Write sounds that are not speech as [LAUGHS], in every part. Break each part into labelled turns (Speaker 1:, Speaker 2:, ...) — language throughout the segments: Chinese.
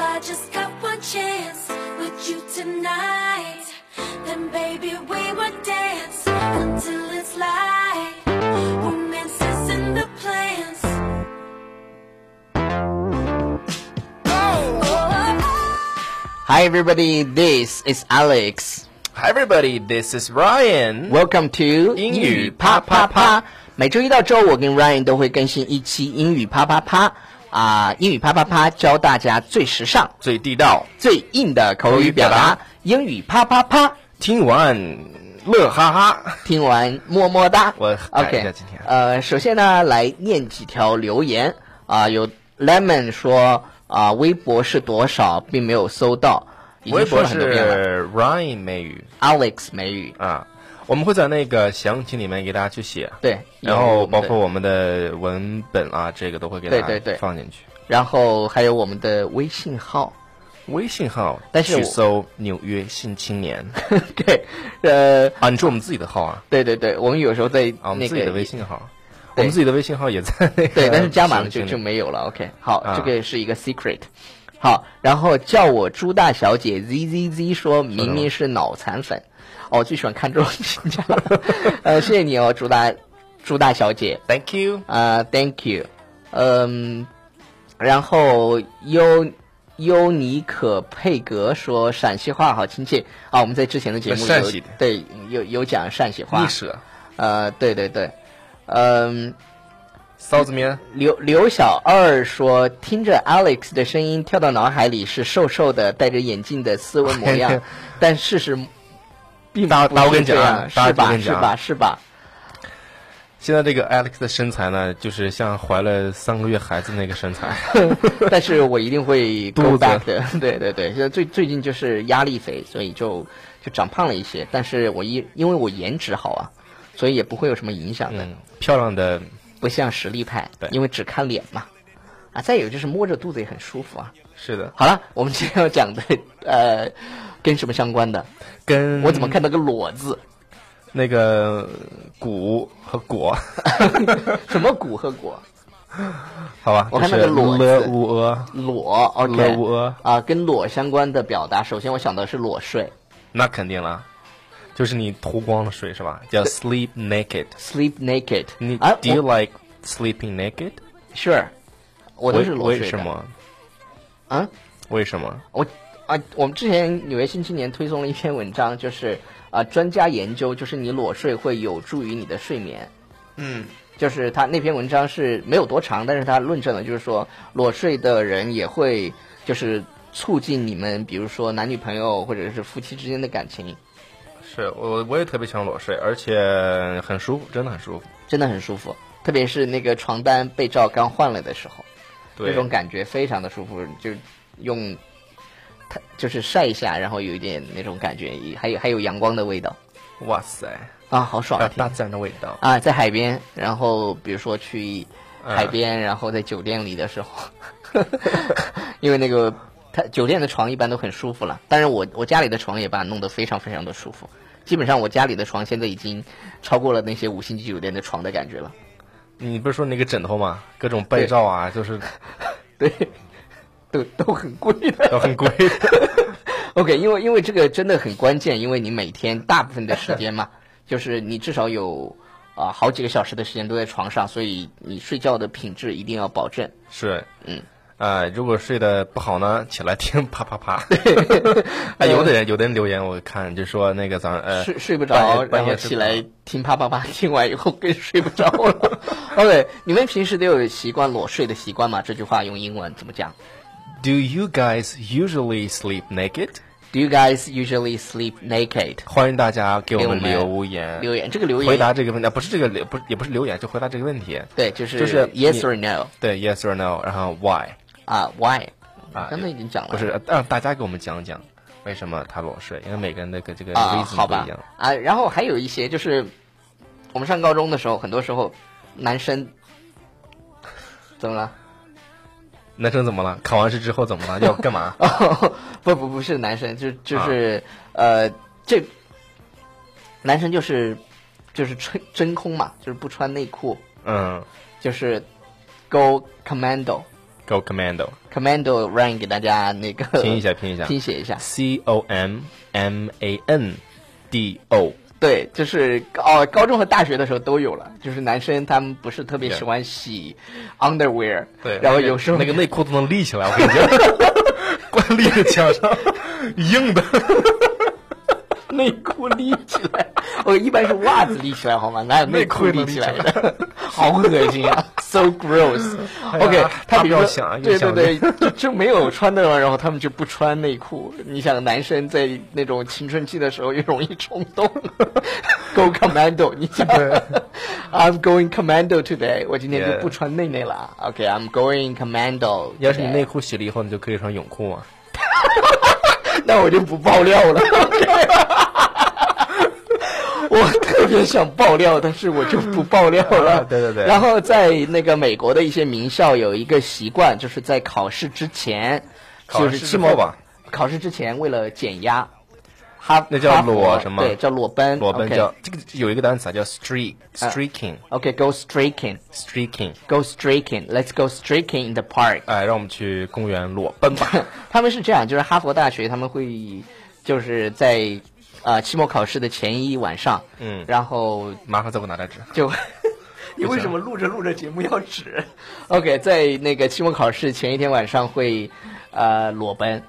Speaker 1: I just got one chance with you tonight. Then baby we would dance until it's light. Romance is in the plans. Oh,
Speaker 2: Hi everybody, this is Alex.
Speaker 3: Hi everybody, this is Ryan.
Speaker 2: Welcome to
Speaker 3: 英语啪啪啪。
Speaker 2: 每周一到周五，我跟 Ryan 都会更新一期英语啪啪啪啊！英语啪啪啪教大家最时尚、
Speaker 3: 最地道，
Speaker 2: 最硬的口语表达。英语啪啪啪，
Speaker 3: 听完乐哈哈。
Speaker 2: 听完么么哒。
Speaker 3: 我改一下
Speaker 2: OK
Speaker 3: 今天
Speaker 2: 呃，首先呢，来念几条留言啊、有 Lemon 说啊、微博是多少，并没有搜到。已经
Speaker 3: 微
Speaker 2: 说
Speaker 3: 博
Speaker 2: 了很多遍了。
Speaker 3: 是 Ryan 美语
Speaker 2: Alex 美语，
Speaker 3: 啊，我们会在那个详情里面给大家去写，
Speaker 2: 对，
Speaker 3: 然
Speaker 2: 有我
Speaker 3: 后
Speaker 2: 们的
Speaker 3: 包括我们的文本啊，这个都会给
Speaker 2: 对
Speaker 3: 大
Speaker 2: 对对
Speaker 3: 家放进去。
Speaker 2: 然后还有我们的微信号， [LAUGHS]
Speaker 3: 微信号，
Speaker 2: 但是
Speaker 3: 去
Speaker 2: 我
Speaker 3: 搜“纽约新青年
Speaker 2: 对，呃，”
Speaker 3: 啊，你说我们自己的号啊，
Speaker 2: 对对对，我们有时候在
Speaker 3: 啊，我们
Speaker 2: 那
Speaker 3: 自己
Speaker 2: 个
Speaker 3: 的微信号，
Speaker 2: 对
Speaker 3: 我们自己的微信号也在那个
Speaker 2: 对，
Speaker 3: [LAUGHS]
Speaker 2: 但是加满了
Speaker 3: 详
Speaker 2: 就
Speaker 3: 情里
Speaker 2: 就没有了。OK，好，
Speaker 3: 啊
Speaker 2: 这个是一个 secret。好，然后叫我朱大小姐 Z Z Z 说明明是脑残粉，哦，我最喜欢看这种 [LAUGHS] 评价了。呃，谢谢你哦，朱大朱大小姐
Speaker 3: Thank you，
Speaker 2: 啊、t h a n k you。嗯，然后优优尼可佩格说陕西话好亲切啊，我们在之前的节目
Speaker 3: 陕
Speaker 2: 有
Speaker 3: 西的
Speaker 2: 对有有讲陕西话
Speaker 3: 历，史
Speaker 2: 呃，对对对，嗯。
Speaker 3: 臊子面。
Speaker 2: 刘刘小二说：“听着 Alex 的声音跳到脑海里是瘦瘦的、戴着眼镜的斯文模
Speaker 3: [LAUGHS]
Speaker 2: 样，但事实并
Speaker 3: 大大
Speaker 2: 不
Speaker 3: 我跟
Speaker 2: 是
Speaker 3: 你
Speaker 2: 这
Speaker 3: 讲啊
Speaker 2: 样，
Speaker 3: 大
Speaker 2: 是
Speaker 3: 我
Speaker 2: 吧？
Speaker 3: 跟你
Speaker 2: 是
Speaker 3: 讲啊
Speaker 2: 吧？是吧？
Speaker 3: 现在这个 Alex 的身材呢，就是像怀了三个月孩子那个身材。 [LAUGHS]
Speaker 2: 但是我一定会 go
Speaker 3: 肚子
Speaker 2: back 的。 [LAUGHS] 对对对，现在最最近就是压力肥，所以就就长胖了一些。但是我一因为我颜值好啊，所以也不会有什么影响的，
Speaker 3: 嗯， [LAUGHS] 漂亮的，
Speaker 2: 不像实力派
Speaker 3: 对，
Speaker 2: 因为只看脸嘛。啊，再有就是摸着肚子也很舒服啊。
Speaker 3: 是的，
Speaker 2: 好了，我们今天要讲的 [LAUGHS] 呃，跟什么相关的？
Speaker 3: 跟
Speaker 2: 我怎么看到个“裸”字？ [LAUGHS]
Speaker 3: 那个骨和果， [LAUGHS]
Speaker 2: 什么骨和果？
Speaker 3: 好吧，
Speaker 2: 我看
Speaker 3: 就
Speaker 2: 那
Speaker 3: 是
Speaker 2: 个裸
Speaker 3: 了
Speaker 2: 字
Speaker 3: 乌呃，
Speaker 2: 裸
Speaker 3: 了
Speaker 2: ，OK，
Speaker 3: 乌呃，
Speaker 2: 啊，跟裸相关的表达，首先我想到是裸睡
Speaker 3: 那肯定了，就是你脱光了睡是吧？叫 sleep naked。
Speaker 2: （sleep naked）。
Speaker 3: 你
Speaker 2: 啊
Speaker 3: Do you like sleeping naked？
Speaker 2: ？Sure，我都
Speaker 3: 为
Speaker 2: 是裸睡
Speaker 3: 为
Speaker 2: 的。
Speaker 3: 什？么？
Speaker 2: 啊，
Speaker 3: 为什么？
Speaker 2: 我啊，我们之前《纽约新青年》推送了一篇文章，就是啊，专家研究，就是你裸睡会有助于你的睡眠。
Speaker 3: 嗯，
Speaker 2: 就是他那篇文章是没有多长，但是他论证了，就是说裸睡的人也会就是促进你们，比如说男女朋友或者是夫妻之间的感情，
Speaker 3: 是我我也特别喜欢裸睡，而且很舒服，真的很舒服。
Speaker 2: 真的很舒服。特别是那个床单被罩刚换了的时候，
Speaker 3: 对
Speaker 2: 那，种感觉非常的舒服，就用它就是晒一下，然后有一点那种感觉，也还有还有阳光的味道
Speaker 3: 哇塞，
Speaker 2: 啊，好爽
Speaker 3: [LAUGHS] 大
Speaker 2: 啊！
Speaker 3: 大
Speaker 2: 听
Speaker 3: 自然的味道。
Speaker 2: 啊，在海边，然后比如说去
Speaker 3: 嗯
Speaker 2: 海边，然后在酒店里的时候， [LAUGHS] 因为那个他酒店的床一般都很舒服了，但是我我家里的床也把它弄得非常非常的舒服，基本上我家里的床现在已经超过了那些五星级酒店的床的感觉了。
Speaker 3: 你不是说那个枕头吗？各种被罩啊，就是
Speaker 2: 对，都都很贵的。
Speaker 3: 都很
Speaker 2: [LAUGHS]
Speaker 3: 贵。
Speaker 2: OK，因为因为这个真的很关键，因为你每天大部分的时间
Speaker 3: [LAUGHS]
Speaker 2: 嘛，就是你至少有啊、好几个小时的时间都在床上，所以你睡觉的品质一定要保证。
Speaker 3: 是，
Speaker 2: 嗯，
Speaker 3: 啊、如果睡得不好呢，起来听啪啪
Speaker 2: [LAUGHS]
Speaker 3: 啪。哎，有的人有的人留言我看就说那个早上呃
Speaker 2: 睡睡不
Speaker 3: 半
Speaker 2: 着，
Speaker 3: 夜半
Speaker 2: 然后
Speaker 3: 夜
Speaker 2: 起来听啪啪啪，听完以后更睡不着
Speaker 3: [LAUGHS]
Speaker 2: 了。OK，你们平时都有习惯裸睡的习惯吗？这句话用英文怎么讲
Speaker 3: ，Do you guys usually sleep naked？
Speaker 2: ？Do you guys usually sleep naked？
Speaker 3: 欢迎大家给我们
Speaker 2: 给我们
Speaker 3: 留言，
Speaker 2: 留言这个留言
Speaker 3: 呃回答这个问题，啊不是这个留不也不是留言，就回答这个问题。
Speaker 2: 对，就是
Speaker 3: 就是
Speaker 2: yes
Speaker 3: 你
Speaker 2: or no
Speaker 3: 对，yes or no，然后 why？
Speaker 2: 啊？Why？
Speaker 3: 啊
Speaker 2: 刚才已经讲了，
Speaker 3: 不是呃让大家给我们讲讲为什么他裸睡，因为每个人的这个这个
Speaker 2: 啊，
Speaker 3: reason
Speaker 2: 好吧
Speaker 3: 不一样。
Speaker 2: 啊，然后还有一些就是我们上高中的时候，很多时候男生怎么了？？
Speaker 3: 男生怎么了？考完试之后怎么了？要干嘛
Speaker 2: [LAUGHS] 哦，不不不是男生，就就是、
Speaker 3: 啊
Speaker 2: 呃，这男生就是就是真真空嘛，就是不穿内裤，
Speaker 3: 嗯。
Speaker 2: 就是 go commando
Speaker 3: Go Commando，
Speaker 2: Commando Run 给大家那个
Speaker 3: 拼一下，拼一下，
Speaker 2: [LAUGHS] 拼写一下。
Speaker 3: C O M M A N D O。
Speaker 2: 对，就是哦，高中和大学的时候都有了。就是男生他们不是特别
Speaker 3: Yeah
Speaker 2: 喜欢洗 underwear，
Speaker 3: 对，
Speaker 2: 然后有时候
Speaker 3: 那个内裤都能立起来，我跟你讲，
Speaker 2: [LAUGHS]
Speaker 3: 光立在墙上，硬的。 [LAUGHS]
Speaker 2: 内裤立起来， [LAUGHS] 我一般是袜子立起来好吗？哪有内裤立起来
Speaker 3: 内裤
Speaker 2: 的？ [LAUGHS] 好恶心啊！So gross。
Speaker 3: [LAUGHS] 哎呀
Speaker 2: OK，他
Speaker 3: 大
Speaker 2: 比如
Speaker 3: 不要
Speaker 2: 说，
Speaker 3: 想啊
Speaker 2: 对对
Speaker 3: 越想
Speaker 2: 对，就就没有穿的了，然后他们就不穿内裤。你想，男生在那种青春期的时候又容易冲动，Go commando！你想，I'm going commando today。我今天就
Speaker 3: Yeah
Speaker 2: 不穿内内了。OK，I'm、going 啊 commando。
Speaker 3: 要是你内，裤洗了以后，你就可以穿泳裤啊。
Speaker 2: 那我就不爆料了。
Speaker 3: [LAUGHS]
Speaker 2: 我特别想爆料，但是我就不爆料了。
Speaker 3: 啊对对对
Speaker 2: 然后在那个美国的一些名校有一个习惯，就是在考试之前，
Speaker 3: 考
Speaker 2: 就是
Speaker 3: 试
Speaker 2: 期
Speaker 3: 之
Speaker 2: 末
Speaker 3: 后吧。
Speaker 2: 考试之前为了减压，哈
Speaker 3: 那叫
Speaker 2: 哈佛
Speaker 3: 裸什么
Speaker 2: 对，叫裸奔。
Speaker 3: 裸奔
Speaker 2: 嗯 OK
Speaker 3: 叫这个有一个单词啊，叫 streak，streaking，streaking。
Speaker 2: OK，go streaking，go streaking，let's go streaking in the park。
Speaker 3: 哎，让我们去公园裸奔吧。
Speaker 2: [LAUGHS] 他们是这样，就是哈佛大学他们会就是在呃期末考试的前一晚上，
Speaker 3: 嗯
Speaker 2: 然后
Speaker 3: 麻烦再给我拿张纸。
Speaker 2: 就。 [LAUGHS] 你为什么录着录着节目要止？OK，在那个期末考试前一天晚上会，呃，裸奔。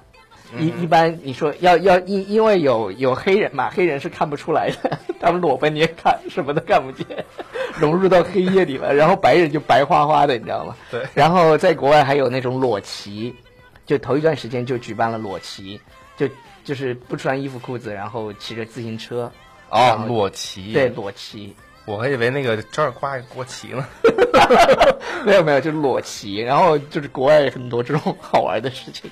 Speaker 2: 一一般你说要要因因为有有黑人嘛，黑人是看不出来的， [LAUGHS] 他们裸奔你也看什么都看不见， [LAUGHS] 融入到黑夜里了。然后白人就白花花的，你知道吗？
Speaker 3: 对
Speaker 2: 然后在国外还有那种裸骑，就头一段时间就举办了裸骑，就就是不穿衣服裤子，然后骑着自行车。然
Speaker 3: 哦
Speaker 2: 后，
Speaker 3: 裸骑。
Speaker 2: 啊对，裸骑。
Speaker 3: 我还以为那个这儿挂一个国旗呢。
Speaker 2: [LAUGHS] 没有没有，就是裸骑，然后就是国外很多这种好玩的事情。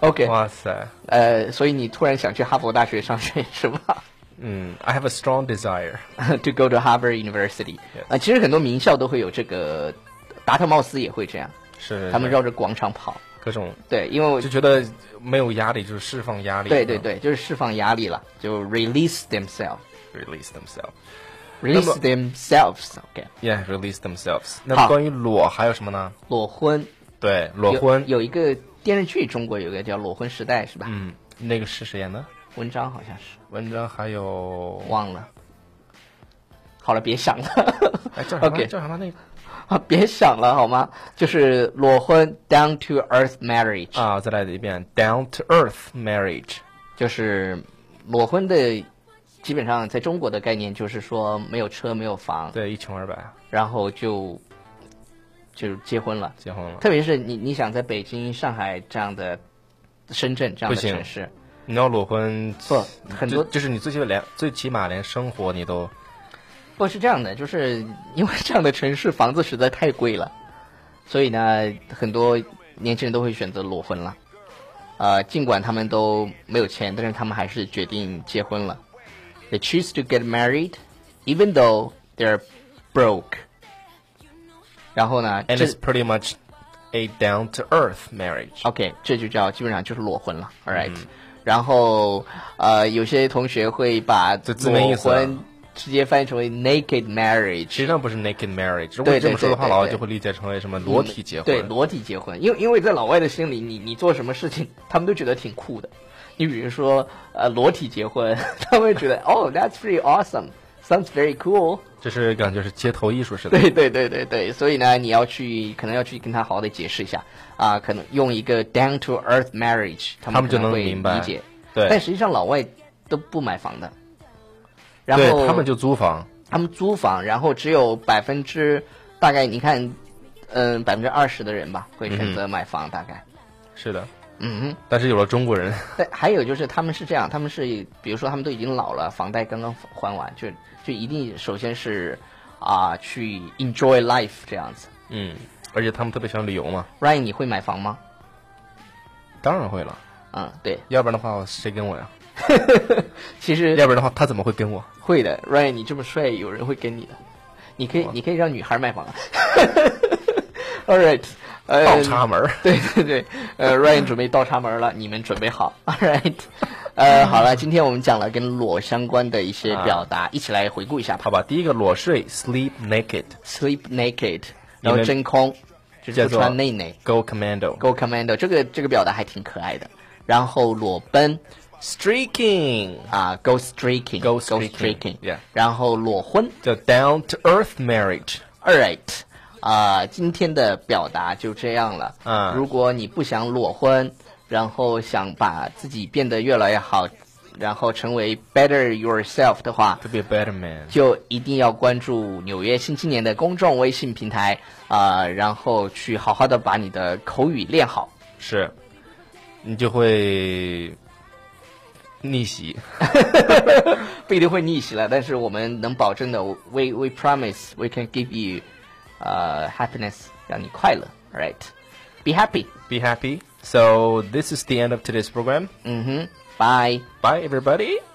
Speaker 2: OK，
Speaker 3: 哇塞，
Speaker 2: 呃，所以你突然想去哈佛大学上学是吧 [LAUGHS]
Speaker 3: 嗯，I have a strong desire。
Speaker 2: ？To go to Harvard University 啊、呃，其实很多名校都会有这个，达特茂斯也会这样，
Speaker 3: 是
Speaker 2: 他们绕着广场跑。
Speaker 3: 各种，
Speaker 2: 对，因为我
Speaker 3: 就觉得没有压力，就是释放压力。
Speaker 2: 对对对，就是释放压力了，就 release themselves，release
Speaker 3: 嗯，release themselves。么
Speaker 2: themselves。OK，
Speaker 3: Yeah, release themselves。那
Speaker 2: 好
Speaker 3: 么关于裸还有什么呢？
Speaker 2: 裸婚，
Speaker 3: 对，裸
Speaker 2: 有
Speaker 3: 婚。
Speaker 2: 有一个电视剧，中国有一个叫《裸婚时代》是吧？
Speaker 3: 嗯，那个是谁演的？
Speaker 2: 文章好像是。
Speaker 3: 文章还有，
Speaker 2: 忘了。好了，别想了
Speaker 3: 哎，叫什么
Speaker 2: [LAUGHS] OK
Speaker 3: 叫什么那个
Speaker 2: 啊，别想了好吗？就是裸婚 （down to earth marriage），、
Speaker 3: 啊？再来一遍，Down to Earth Marriage。
Speaker 2: 就是裸婚的，基本上在中国的概念就是说没有车没有房，
Speaker 3: 对，一穷二白，
Speaker 2: 然后就就结婚了。
Speaker 3: 结婚了。
Speaker 2: 特别是你你想在北京、上海这样的、深圳这样的
Speaker 3: 不行
Speaker 2: 城市，
Speaker 3: 你要裸婚，
Speaker 2: 不很多
Speaker 3: 就就是你最起码连最起码连生活你都
Speaker 2: 不是这样的，就是因为这样的城市房子实在太贵了，所以呢，很多年轻人都会选择裸婚了。呃，尽管他们都没有钱，但是他们还是决定结婚了。They choose to get married, even though they're broke。然后呢，
Speaker 3: ，and
Speaker 2: 这
Speaker 3: it's pretty much a down to earth marriage。
Speaker 2: OK，这就叫基本上就是裸婚了，All right、然
Speaker 3: 嗯
Speaker 2: 后呃，有些同学会把
Speaker 3: 这字面
Speaker 2: 裸
Speaker 3: 意思啊
Speaker 2: 婚直接翻译成为 naked
Speaker 3: 实
Speaker 2: marriage
Speaker 3: 际。上不是 naked marriage，如果
Speaker 2: 对
Speaker 3: 你这
Speaker 2: 对
Speaker 3: 么说的话，
Speaker 2: 对对
Speaker 3: 老外
Speaker 2: 对
Speaker 3: 就会理解成为什么裸体结婚。
Speaker 2: 嗯对，裸体结婚，因为因为在老外的心里，你你做什么事情，他们都觉得挺酷的。你比如说，呃，裸体结婚， [LAUGHS] 他们会觉得哦，that's pretty awesome，sounds very cool。
Speaker 3: 就是感觉是街头艺术似的。
Speaker 2: 对对对对对，所以呢，你要去可能要去跟他好好的解释一下啊、可能用一个 down to earth marriage，他
Speaker 3: 他
Speaker 2: 们
Speaker 3: 们
Speaker 2: 可
Speaker 3: 就
Speaker 2: 能
Speaker 3: 能
Speaker 2: 会
Speaker 3: 明白
Speaker 2: 理解。
Speaker 3: 对
Speaker 2: 但实际上老外都不买房的，然
Speaker 3: 对，
Speaker 2: 后
Speaker 3: 他们就租房。
Speaker 2: 他们租房，然后只有百分之大概你看，嗯、百分之二十的人吧会选择买房，大概。
Speaker 3: 是的，
Speaker 2: 嗯哼，
Speaker 3: 但是有了中国人，
Speaker 2: 但还有就是他们是这样，他们是比如说他们都已经老了，房贷刚刚还完，就就一定首先是啊、去 enjoy life 这样子。
Speaker 3: 嗯， [LAUGHS] 而且他们特别喜欢旅游嘛，
Speaker 2: Ryan，你会买房吗？
Speaker 3: 当然会了，
Speaker 2: 嗯，对，
Speaker 3: 要不然的话谁跟我呀？
Speaker 2: 其实
Speaker 3: 要不然的话他怎么会跟我？
Speaker 2: 会的。Ryan，你这么帅，有人会跟你的。你可以，你可以让女孩买房。All right，呃，
Speaker 3: 倒插门儿，
Speaker 2: [LAUGHS] 对对对，呃，Ryan 准备倒插门了，你们准备好，All [LAUGHS] right，呃，好了，今天我们讲了跟裸相关的一些表
Speaker 3: 啊
Speaker 2: 达，一起来回顾一下吧。
Speaker 3: 好吧？第一个裸睡，sleep naked，
Speaker 2: Sleep naked，
Speaker 3: 你
Speaker 2: 然后
Speaker 3: 们
Speaker 2: 真空，就是
Speaker 3: 叫
Speaker 2: 不
Speaker 3: 做
Speaker 2: 穿内内。
Speaker 3: Go Commando。
Speaker 2: Go Commando 这个这个表达还挺可爱的。然后裸奔
Speaker 3: Streaking
Speaker 2: 啊，Go streaking，
Speaker 3: Go
Speaker 2: streaking，
Speaker 3: streaking，yeah
Speaker 2: 然后裸婚
Speaker 3: 叫 Down to Earth Marriage。
Speaker 2: ，All right。啊、今天的表达就这样了。
Speaker 3: 嗯
Speaker 2: 如果你不想裸婚，然后想把自己变得越来越好，然后成为 better yourself 的话，
Speaker 3: To be a better man，
Speaker 2: 就一定要关注《纽约新青年》的公众微信平台啊、然后去好好的把你的口语练好。
Speaker 3: 是，你就会逆袭。
Speaker 2: 不一定会逆袭了，但是我们能保证的，we we promise we can give you，呃、happiness，让你快乐，all，right？Be happy，
Speaker 3: Be happy. So this is the end of today's program.
Speaker 2: 嗯哼，bye。
Speaker 3: Bye, everybody.
Speaker 1: Oh, Oh,